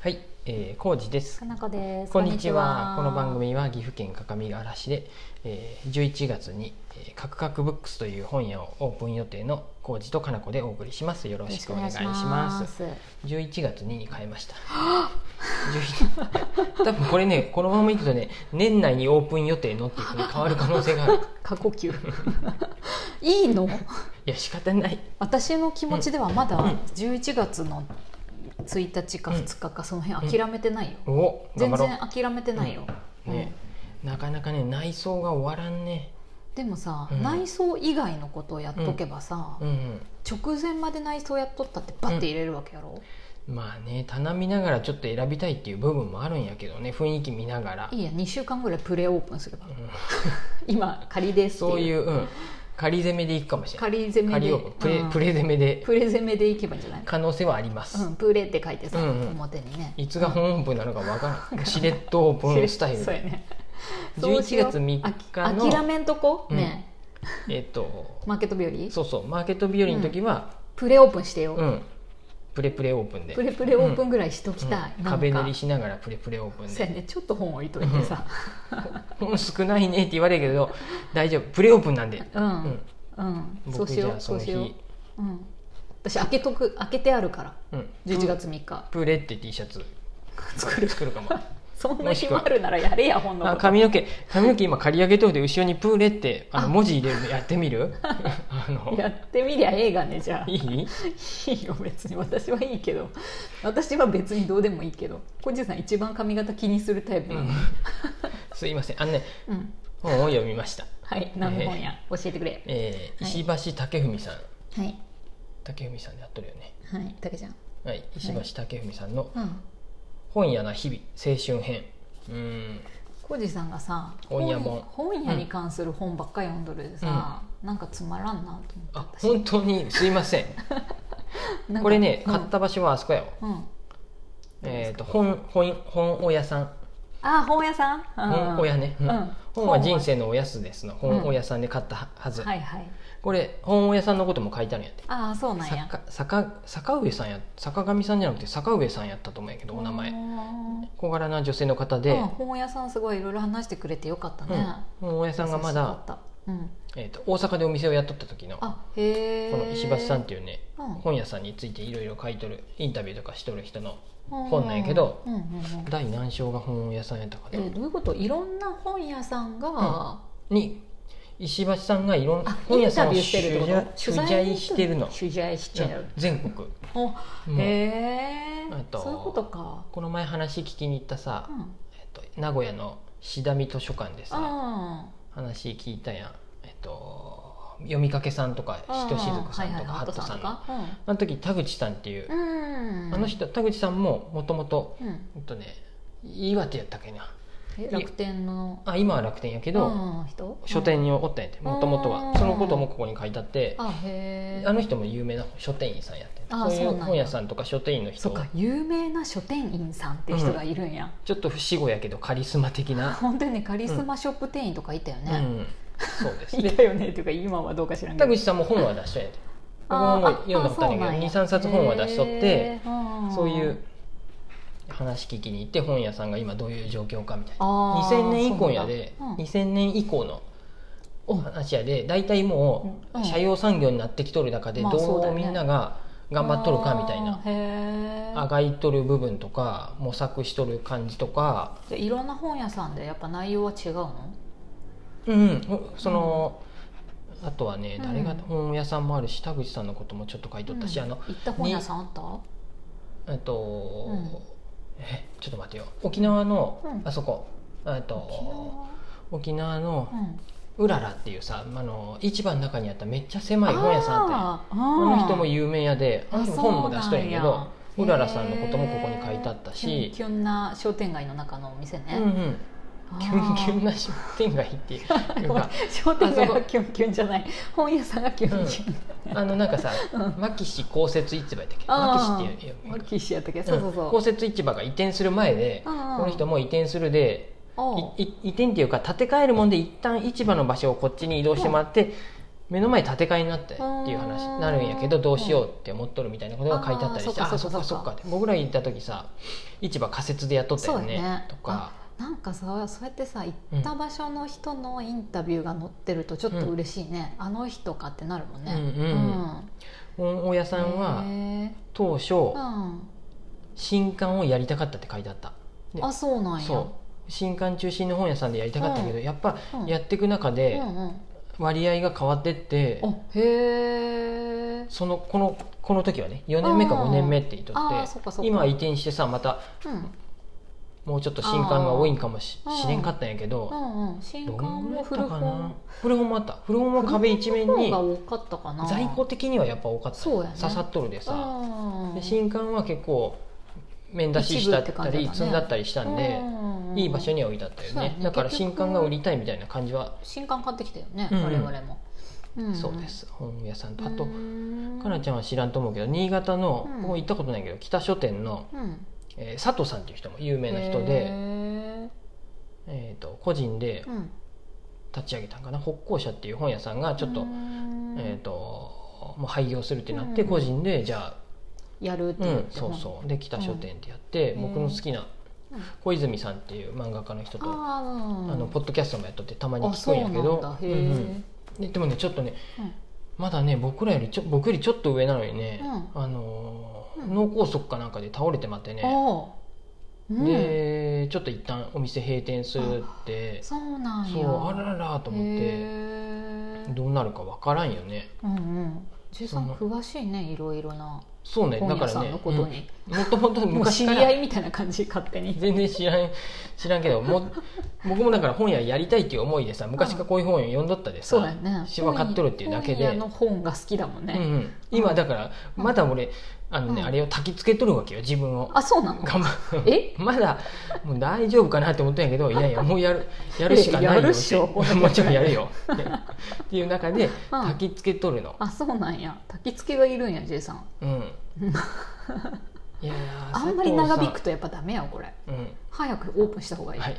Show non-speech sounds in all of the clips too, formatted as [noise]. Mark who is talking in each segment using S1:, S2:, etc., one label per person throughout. S1: はい、えー、康二です
S2: か。なこです。
S1: こんにちは。この番。組は岐阜県各務原市で、えー、11月に、えー、カクカクブックスという本屋をオープン予定の康二とかなこでお送りします。よろ
S2: よろ
S1: し
S2: し
S1: くお
S2: くお
S1: 願
S2: 願
S1: い
S2: い
S1: し
S2: し
S1: ま。
S2: ますす。
S1: 11月に変えました。11多分これね、このままいくとね、年内にオープン予定のっていうふうに変わる可能性がある。
S2: 過呼吸。 [laughs] いいの？
S1: いや、仕方ない。
S2: 私の気持ちではまだ
S1: うん
S2: 11月の1日か2日かその辺諦めてないよ。
S1: お、頑
S2: 全
S1: 張ろ
S2: 然諦めてないよ。
S1: う。ね、なかなかね、内装が終わらんね。
S2: でもさ、
S1: うん
S2: 内装以外のことをやっとけばさ、
S1: うん、うん。
S2: 直前まで内装やっとったってバッて入れるわけやろ、
S1: まあね棚見ながらちょっと選びたいっていう部分もあるんやけどね雰囲気見ながら、
S2: いいや2週間ぐらいプレオープンすれば
S1: うん
S2: [laughs] 今仮ですっていう
S1: そういう、うん、仮攻めでいくかもしれない
S2: 仮攻め
S1: 仮
S2: で
S1: をプレ,、
S2: うん
S1: プレ攻めで
S2: プレ攻めでいけばいいんじゃない
S1: 可能性はあります、
S2: うん、プレって書いてさ、
S1: うんうん
S2: 表にね
S1: いつが本オープンなのかわからんしれっとオープンスタイル
S2: そうやね
S1: 11月3日の
S2: あ諦めんとこ、
S1: うん
S2: ね
S1: えっと
S2: マーケット日和
S1: そうそうマーケット日和の時は、
S2: プレオープンしてよ、
S1: うんプレプレオープンで
S2: プレプレオープンぐらいしときた
S1: うん
S2: い、なんか
S1: 壁塗りしながらプレプレオープン
S2: そうや
S1: で
S2: ねちょっと本置いといてさ
S1: 本少ないねって言われるけど大丈夫プレオープンなんで、
S2: う、
S1: うん
S2: うん
S1: ん、
S2: そう
S1: 僕
S2: し
S1: じ
S2: よ
S1: ゃあ
S2: う
S1: そ
S2: そ
S1: の
S2: うしよ
S1: 日
S2: う、うん、私開けとく開けてあるから
S1: うん
S2: 11月3日、
S1: プレって T シャツ
S2: [laughs]
S1: 作る作るかも
S2: そんな暇あるならやれや本の
S1: あ
S2: こと
S1: 髪の毛髪の毛今刈り上げといて後ろにプレってあの
S2: あ
S1: 文字入れるのやってみ
S2: [laughs]
S1: るあの
S2: やってみりゃ映画ねじゃあ
S1: いい
S2: いいよ別に私はいいけど私は別にどうでもいいけど小路さん一番髪型気にするタイプ
S1: う
S2: なの
S1: んすいませんあのね
S2: うん
S1: 本を読みました、
S2: はい何の本や、教えてくれ
S1: えー
S2: はい
S1: 石橋武文さん
S2: はい
S1: 武文さんでやっとるよね
S2: はいたけちゃん
S1: はい石橋武文さんの
S2: うん
S1: 「本屋な日々青春編」うん
S2: 小路さんがさ
S1: 本屋も
S2: 本屋に関する本ばっかり読んどるでさ、なんかつまらんなと思って
S1: あ
S2: 私
S1: 本当にすいません
S2: なんか
S1: これね
S2: うん
S1: 買った場所はあそこやわ
S2: うん
S1: えっと本本本親さん
S2: あ本屋さん、うん
S1: 本親ね、うん
S2: うん
S1: 本は人生のおやすですの本親さんで買ったはず、
S2: はいはい
S1: これ本親さんのことも書いてあるんやって
S2: ああそうなんや
S1: 坂坂坂上さんや坂上さんじゃなくて坂上さんやったと思うんやけどお名前
S2: うん
S1: 小柄な女性の方で、
S2: うん、本屋さんすごいいろいろ話してくれてよかった
S1: う
S2: ね、
S1: ん本親さんがま
S2: 優しか
S1: だ、
S2: った、うん、
S1: えー、と大阪でお店をやっとった時のこ
S2: あへえ
S1: の石橋さんっていうね
S2: うん
S1: 本屋さんについていろいろ書いとるインタビューとかしとる人の本なんやけど
S2: うんうんうんうん
S1: 第何章が本屋さんやったか
S2: え
S1: な
S2: ーどういうこといろんな本屋さんが、
S1: に石橋さんがいろん
S2: あ
S1: 本
S2: イ
S1: 屋
S2: ン
S1: さ
S2: タ
S1: んを
S2: ビューしてるってこと
S1: 取材してるの
S2: 取材しちゃう、
S1: 全国
S2: お
S1: うん
S2: へえ
S1: あと
S2: そういうことか、
S1: この前話聞きに行ったさ
S2: う、ん、
S1: えっと、名古屋の志田見図書館でさ
S2: あ
S1: 話聞いたやん、えっと、読みかけさんとか
S2: あ
S1: ひとしずくさん
S2: は
S1: とか
S2: いはい
S1: ハッ
S2: ハッ
S1: ト
S2: ト
S1: さ
S2: さ
S1: ん
S2: ん
S1: の
S2: とか
S1: あの時田口さんっていう
S2: う、んうん
S1: あの人田口さんももともと
S2: うん
S1: ほんとね岩手やったっけな
S2: え楽天の
S1: あ今は楽天やけど、
S2: うん人
S1: 書店におったんやってもともと
S2: う
S1: は
S2: ん
S1: そのこともここに書いてあって
S2: あへえ
S1: あの人も有名な書店員さんやってん
S2: あ
S1: そうい
S2: そううなんや
S1: 本屋さんとか書店員の人
S2: そっか有名な書店員さんっていう人がいるんや、
S1: ちょっと不死後やけどカリスマ的な、
S2: 本当にねカリスマショップ店員とかいたよ
S1: う
S2: ね、
S1: ん、そうです
S2: いたよねっていうか今はどうか知らんけ
S1: 田
S2: ど
S1: 口さんも本は出しとんやて僕
S2: [laughs] あ
S1: もも
S2: ー
S1: う読んだことあるんやけど
S2: あ
S1: 23冊本は出しとっ、て
S2: あそうなんやへーん
S1: そういう話聞きに行って本屋さんが今どういう状況かみたいな
S2: あー
S1: 2000年以降やで
S2: そうなんだ
S1: 2000年以降の
S2: うん
S1: 話やで大体も
S2: う
S1: うん社用産業になってきとる中で
S2: まあそ
S1: ど
S2: うだ
S1: う
S2: よね
S1: みんなが頑張っとるかみたいな
S2: あーへ
S1: あ
S2: ー
S1: がいとる部分とか模索しとる感じとか
S2: でいろんな本屋さんでやっぱ内容は違うの
S1: うんうんその、あとはね
S2: うん
S1: 誰が本屋さんもあるし田口さんのこともちょっと書いとったし、
S2: うん
S1: あの
S2: 行った本屋さんあった
S1: えっと、
S2: うん
S1: えちょっと待ってよ沖縄の、
S2: うん
S1: あそこえっと沖縄の
S2: うん
S1: うららっていうさあの市場の中にあっためっちゃ狭い本屋さんってあ
S2: あーあ
S1: の人も有名やであの人も本も出しとるんやけどうらら
S2: ら
S1: さんのこともここに書いてあったし
S2: キュンキュンな商店街の中のお店ね、
S1: うんうんキュンキュン
S2: な
S1: な商店街っていうか
S2: 商店街
S1: あそ
S2: は
S1: こ
S2: キュンキュンじゃない本屋さんがキュンキュン、
S1: あのなんかさマキシ公設市場やったっけマキシっていう
S2: マキシやったっけ
S1: う
S2: そ
S1: ん
S2: うそうそう、
S1: 公設市場が移転する前でこ
S2: うんうん
S1: の人も移転するで
S2: おう
S1: いい移転っていうか建て替えるもんで一旦市場の場所をこっちに移動してもらって目の前建て替えになってっていう話
S2: あー
S1: になるんやけどどうしようって思っとるみたいなことが書いてあったりして
S2: あ
S1: あ
S2: ー
S1: ーそ
S2: そっ
S1: っ
S2: か
S1: か
S2: そ
S1: そ
S2: っ
S1: っ
S2: か
S1: かって僕ら行った時さ市場仮設でやっとったよね
S2: そうね
S1: とか
S2: なんかさそうやってさ行った場所の人のインタビューが載ってるとちょっと嬉しいね、あの人かってなるもんね
S1: うんうん本大家さんは
S2: へ
S1: 当
S2: ー
S1: 初
S2: うん
S1: 新刊をやりたかったって書いてあったで
S2: あそうなんや
S1: そう新刊中心の本屋さんでやりたかったけど、
S2: う
S1: やっぱ
S2: うん
S1: やっていく中
S2: う
S1: で
S2: んうん
S1: 割合が変わってって、
S2: あへえ
S1: そのこのこの時はね4年目か5年目って言っと
S2: あーあー
S1: っ
S2: そ
S1: て
S2: っかそっか
S1: 今は移転してさまた
S2: うん
S1: もうちょっと新刊が多いんかもし
S2: あー
S1: しれんかったんやけ
S2: う
S1: ど、
S2: んうん新
S1: ど
S2: 刊
S1: んぐら
S2: も
S1: いだっ
S2: 古
S1: たかな
S2: 本
S1: 古本もあった古本も壁一面に
S2: が多かったかな
S1: 在庫的にはやっぱ多かった、
S2: そうやね
S1: 刺さっとるでさ、
S2: さ
S1: で新刊は結構面出ししたった
S2: 一部って感じだっ
S1: り
S2: たね
S1: 積んだったりしたんで、いい場所には置いてあったよ
S2: そうや
S1: ね
S2: ね
S1: だから新刊が売りたいみたいな感じは
S2: 新刊買ってきたよね、
S1: うんうん
S2: 我々も、んん
S1: そうです本屋さんとあ
S2: う
S1: と
S2: ーん
S1: かなちゃんは知らんと思うけど新潟の
S2: うん
S1: 僕行ったことないけど北書店の、
S2: うん
S1: えー佐藤さんっていう人も有名な人
S2: へ
S1: で、
S2: ー
S1: えー、と個人で
S2: うん
S1: 立ち上げたんかな北港社っていう本屋さんがちょっと,、
S2: うーん
S1: えー、ともう廃業するってなって
S2: うん
S1: 個人でじゃあ
S2: やるって
S1: う
S2: 言っ
S1: ん
S2: て、
S1: そうそうで北書店ってやって
S2: うん
S1: 僕の好きな
S2: うん
S1: 小泉さんっていう漫画家の人と
S2: あー、うん、
S1: あのポッドキャストもやっとってたまに
S2: あ
S1: 聞くんやけ
S2: そうな
S1: ど
S2: んだ
S1: う
S2: へ
S1: ん
S2: え、
S1: うんででもねちょっとねまだね僕らよりちょ僕よりちょっと上なのにね、あのー
S2: うん
S1: 脳梗塞かなんかで倒れてまってね、
S2: うん、あー、うん、
S1: でちょっと一旦お店閉店するって
S2: そうなんや
S1: そうあららと思って
S2: へー
S1: どうなるかわからんよね
S2: うんうんジェイさん
S1: そ
S2: 詳しいねいろいろな
S1: そうねだ
S2: 本
S1: か
S2: 屋
S1: ら
S2: さ
S1: ね
S2: んのこと
S1: う
S2: に、
S1: んもとも
S2: [laughs]
S1: と
S2: もう知
S1: 昔
S2: り
S1: から
S2: 合いみたいな感じ勝手に
S1: 全然知らん [laughs] 知らんけどもう僕もだから本屋やりたいっていう思いでさ昔からこういう本を読んどったでさ、
S2: そうやね
S1: 詩は買っとるっていうだけで
S2: 本屋の本が好きだもんね、
S1: うんうん、今だからまだ俺あのね、
S2: うん
S1: あれを焚きつけとるわけよ自分を
S2: あそうなの
S1: 頑張 [laughs]
S2: え
S1: まだもう大丈夫かなって思ったんやけどいや
S2: [laughs]
S1: いやもうやるやるしかないよ
S2: やるっしょ
S1: って [laughs] もちろんやるよってっていう中で焚きつけとるの
S2: あそうなんや焚き付けがいるんや J さん
S1: うん
S2: [laughs]
S1: いやー
S2: あんまり
S1: 佐藤さ
S2: 長引くとやっぱダメやこれ
S1: うん
S2: 早くオープンした方がいい、
S1: はい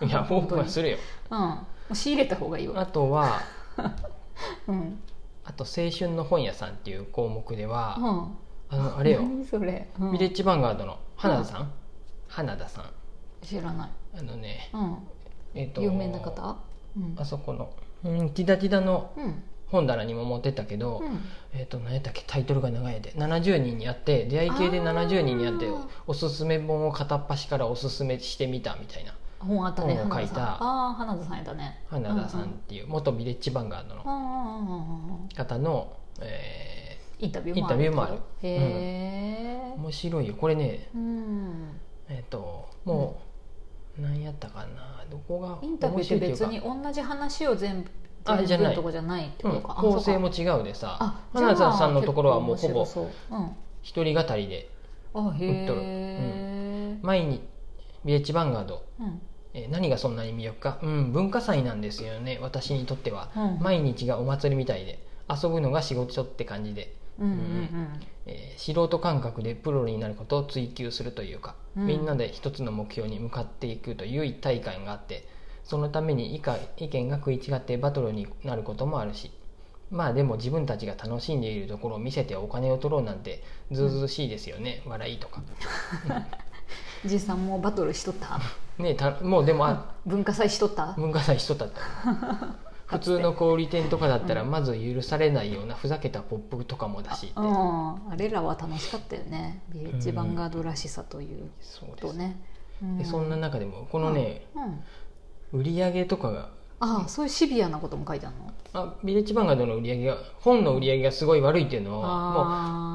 S1: いや僕はするよ
S2: うんもう仕入れた方がいいわ
S1: あとは
S2: うん、
S1: あと「青春の本屋さん」っていう項目では、
S2: うん、
S1: あのあれよ
S2: 何それ、うん
S1: ビレッジヴァンガードの花田さん、花田さん
S2: 知らない、
S1: あのね
S2: う
S1: えっ、
S2: ん、
S1: と
S2: 有名な方うん
S1: あそこの、うん、ティダティダの
S2: うん
S1: 本棚にも持ってったけど、
S2: うん
S1: えっ、と何やったっけタイトルが長いで70人にあって出会い系で
S2: あー
S1: 70人にあっておすすめ本を片っ端からおすすめしてみたみたいな
S2: 本あったね
S1: 本を
S2: 花
S1: 書
S2: 田
S1: い
S2: さん
S1: た
S2: ああ花田さんやったね
S1: 花田さんっていう元ビレッジヴァンガード
S2: う
S1: の
S2: んうんうんうんうん
S1: 方の、え
S2: インタビュ
S1: インタビ
S2: ー
S1: ュー
S2: も
S1: も
S2: あ
S1: あ
S2: る
S1: る
S2: へ
S1: ー
S2: え、
S1: 面白いよこれね
S2: うん、
S1: えっ、ともう、何やったかなどこが
S2: インタビュー
S1: 面
S2: って
S1: 白いっていう
S2: 別
S1: か
S2: に同じ話を全部
S1: あ
S2: 全部
S1: じゃない
S2: とこじゃないって
S1: う
S2: こ
S1: ん
S2: とか、あ
S1: 構成
S2: そうか
S1: も違うでさ
S2: あ
S1: 花
S2: じゃ
S1: 田
S2: あ
S1: さんのところはもうほぼ
S2: 結構面白そううん
S1: 一人語りで
S2: あへ
S1: 売っとる
S2: え、
S1: 毎日ビレッジヴァンガード
S2: うん
S1: えー何がそんなに魅力か、うん、文化祭なんですよね私にとっては、
S2: うん
S1: 毎日がお祭りみたいで遊ぶのが仕事って感じで、
S2: うんうん
S1: えー素人感覚でプロになることを追求するというか、
S2: うん
S1: みんなで一つの目標に向かっていくという一体感があってそのために以下意見が食い違ってバトルになることもあるしまあでも自分たちが楽しんでいるところを見せてお金を取ろうなんてずうずうしいですよね、笑いとか。
S2: うんじいさんもバトルしとった
S1: ねえたもうでもあ、
S2: [laughs] 文化祭しとった
S1: 文化祭しとったった普通の小売店とかだったらまず許されないようなふざけたポップとかもだしって
S2: うんあれらは楽しかったよねビレッジヴァンガードらしさという
S1: そうで
S2: と
S1: す、
S2: ね、う
S1: でそんな中でもこのね、
S2: うん、
S1: 売り上げとかが
S2: あそういうシビアなことも書いてあるの
S1: あビレッジヴァンガードの売り上げが本の売り上げがすごい悪いっていうのは
S2: あ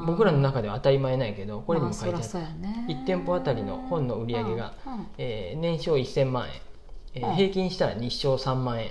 S1: も
S2: ー
S1: う僕らの中では当たり前ないけどこれでも書いてあ
S2: ま
S1: っ
S2: あそ
S1: た、
S2: らそうやね
S1: 1店舗あたりの本の売り上げが
S2: うんうん
S1: えー年商1000万円、えー
S2: うん
S1: 平均したら日商3万円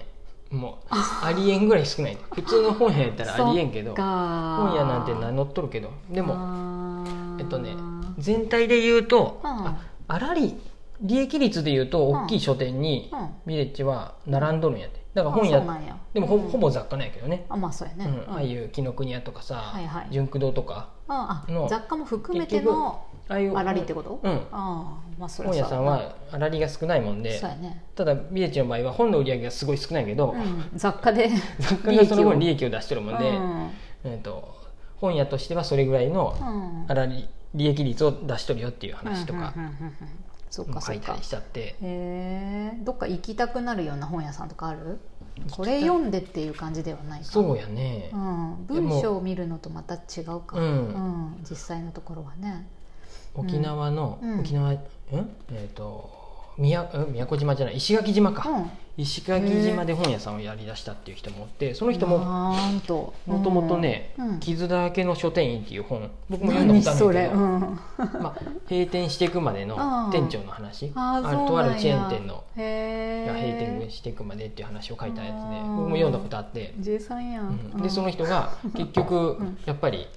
S1: もうありえんぐらい少ない普通の本屋やったらありえんけ
S2: そ
S1: ど
S2: っかー
S1: 本屋なんて名乗っとるけどでも
S2: あー
S1: えっとね全体で言うと、
S2: うん
S1: ああらり利益率で言うと
S2: うん
S1: 大きい書店に
S2: うん
S1: ビレッジは並んどるんやってだから
S2: あ
S1: 本
S2: そ
S1: 屋
S2: うなんや
S1: でもほ,、
S2: うん
S1: ほぼ雑貨なんやけどね、
S2: あまあそうや
S1: う
S2: ね、
S1: ん
S2: うん
S1: ああいう紀ノ国屋とかさ、
S2: はいはい
S1: 純駆堂とか
S2: ああ
S1: の
S2: 雑貨も含めての
S1: ああいう
S2: あらりってこと、
S1: うん
S2: ああまあそれ
S1: 本屋さんはあらりが少ないもんで
S2: そうやね、
S1: ただビレッジの場合は本の売り上げがすごい少ないけど、
S2: うん、雑貨で
S1: [laughs] 雑貨がその分利
S2: 益
S1: 益を出してるもん
S2: を
S1: で、
S2: うん
S1: えっと本屋としてはそれぐらいの
S2: うん
S1: あらり利益率を出しとるよっていう話とか
S2: うんうんうんうんうんそっ
S1: も
S2: か
S1: 書
S2: そ
S1: い
S2: ったか
S1: りしちゃって
S2: へえどっか行きたくなるような本屋さんとかあるこれ読んでっていう感じではないか
S1: そうやね
S2: う、ん、文章を見るのとまた違うか、
S1: うん
S2: うん実際のところはね
S1: 沖縄の、
S2: うん
S1: 沖縄んえっ、と宮ん宮古島じゃない石垣島か、石垣島で本屋さんをやりだしたっていう人もおってその
S2: うん、
S1: 人も
S2: なんと
S1: もともとね
S2: うん
S1: 「傷だらけの書店員」っていう本僕も読んだ
S2: 何
S1: ことある
S2: そ
S1: んだ
S2: れ、
S1: け
S2: う
S1: ど、
S2: ん、あ
S1: まあ、閉店していくまでの店長の話
S2: あー
S1: ある
S2: そう
S1: と
S2: な
S1: あ
S2: んや
S1: るチェーン店の
S2: へ
S1: が
S2: ー
S1: 閉店していくまでっていう話を書いたやつで
S2: うん
S1: 僕も読んだことあって、
S2: J さんやん、
S1: うんでその人が結局
S2: うん
S1: やっぱり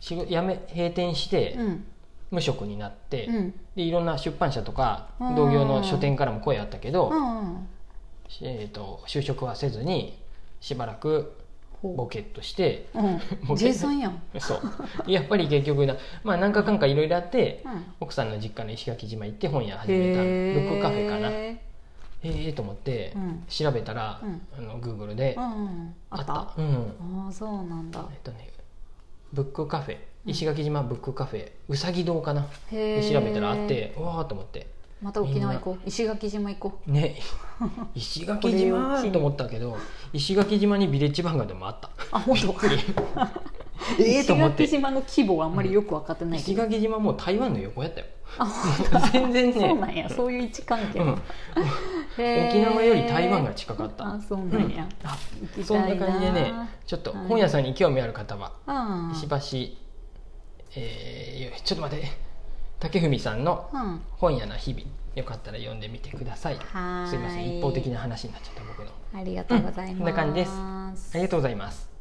S1: 仕事辞め閉店して
S2: うん
S1: 無職になって、
S2: うん
S1: でいろんな出版社とか
S2: うん
S1: 同業の書店からも声あったけど、
S2: うん
S1: えー、と就職はせずにしばらくボ
S2: ほ
S1: ケっとして
S2: う
S1: [laughs]
S2: うん J さんやん、
S1: そうやっぱり結局な、まあ、何かかんかいろいろあって
S2: うん、
S1: 奥さんの実家の石垣島行って本屋始めたブックカフェかなへ
S2: へ
S1: えと思って
S2: うん
S1: 調べたら、
S2: うん
S1: あの Google で
S2: ーうん、あったあ
S1: うん
S2: あそうなんだ
S1: えっとねブックカフェ石垣島ブックカフェうさぎ堂かな
S2: へ
S1: で
S2: え
S1: 調べたらあってうわーと思って
S2: また沖縄行こう石垣島行こ [laughs]
S1: ね石
S2: こ
S1: 垣
S2: れを
S1: 島
S2: 機に
S1: と思ったけど石垣島にビレッジバンガーでもあ [laughs] った
S2: うあ本当
S1: ええ
S2: 石
S1: と思って
S2: 垣島の規模はあんまりよく分かってないけ
S1: 石
S2: ど、
S1: 垣島もう台湾の横やった
S2: [laughs]
S1: よ
S2: あ
S1: 全然ね
S2: そうなんやそういう位置関係、
S1: うん
S2: へー
S1: 沖縄より台湾が近かった
S2: あそうなんや、
S1: あ
S2: 行きたいな
S1: そんな感じでねちょっと本屋さんに興味ある方は
S2: うん
S1: 石橋えーちょっと待って武文さんの
S2: うんは
S1: 「本屋な日々」よかったら読んでみてください
S2: ーい
S1: すいません一方的な話になっちゃった僕の
S2: ありがとうござ
S1: う
S2: います、
S1: んこんな感じですありがとうございます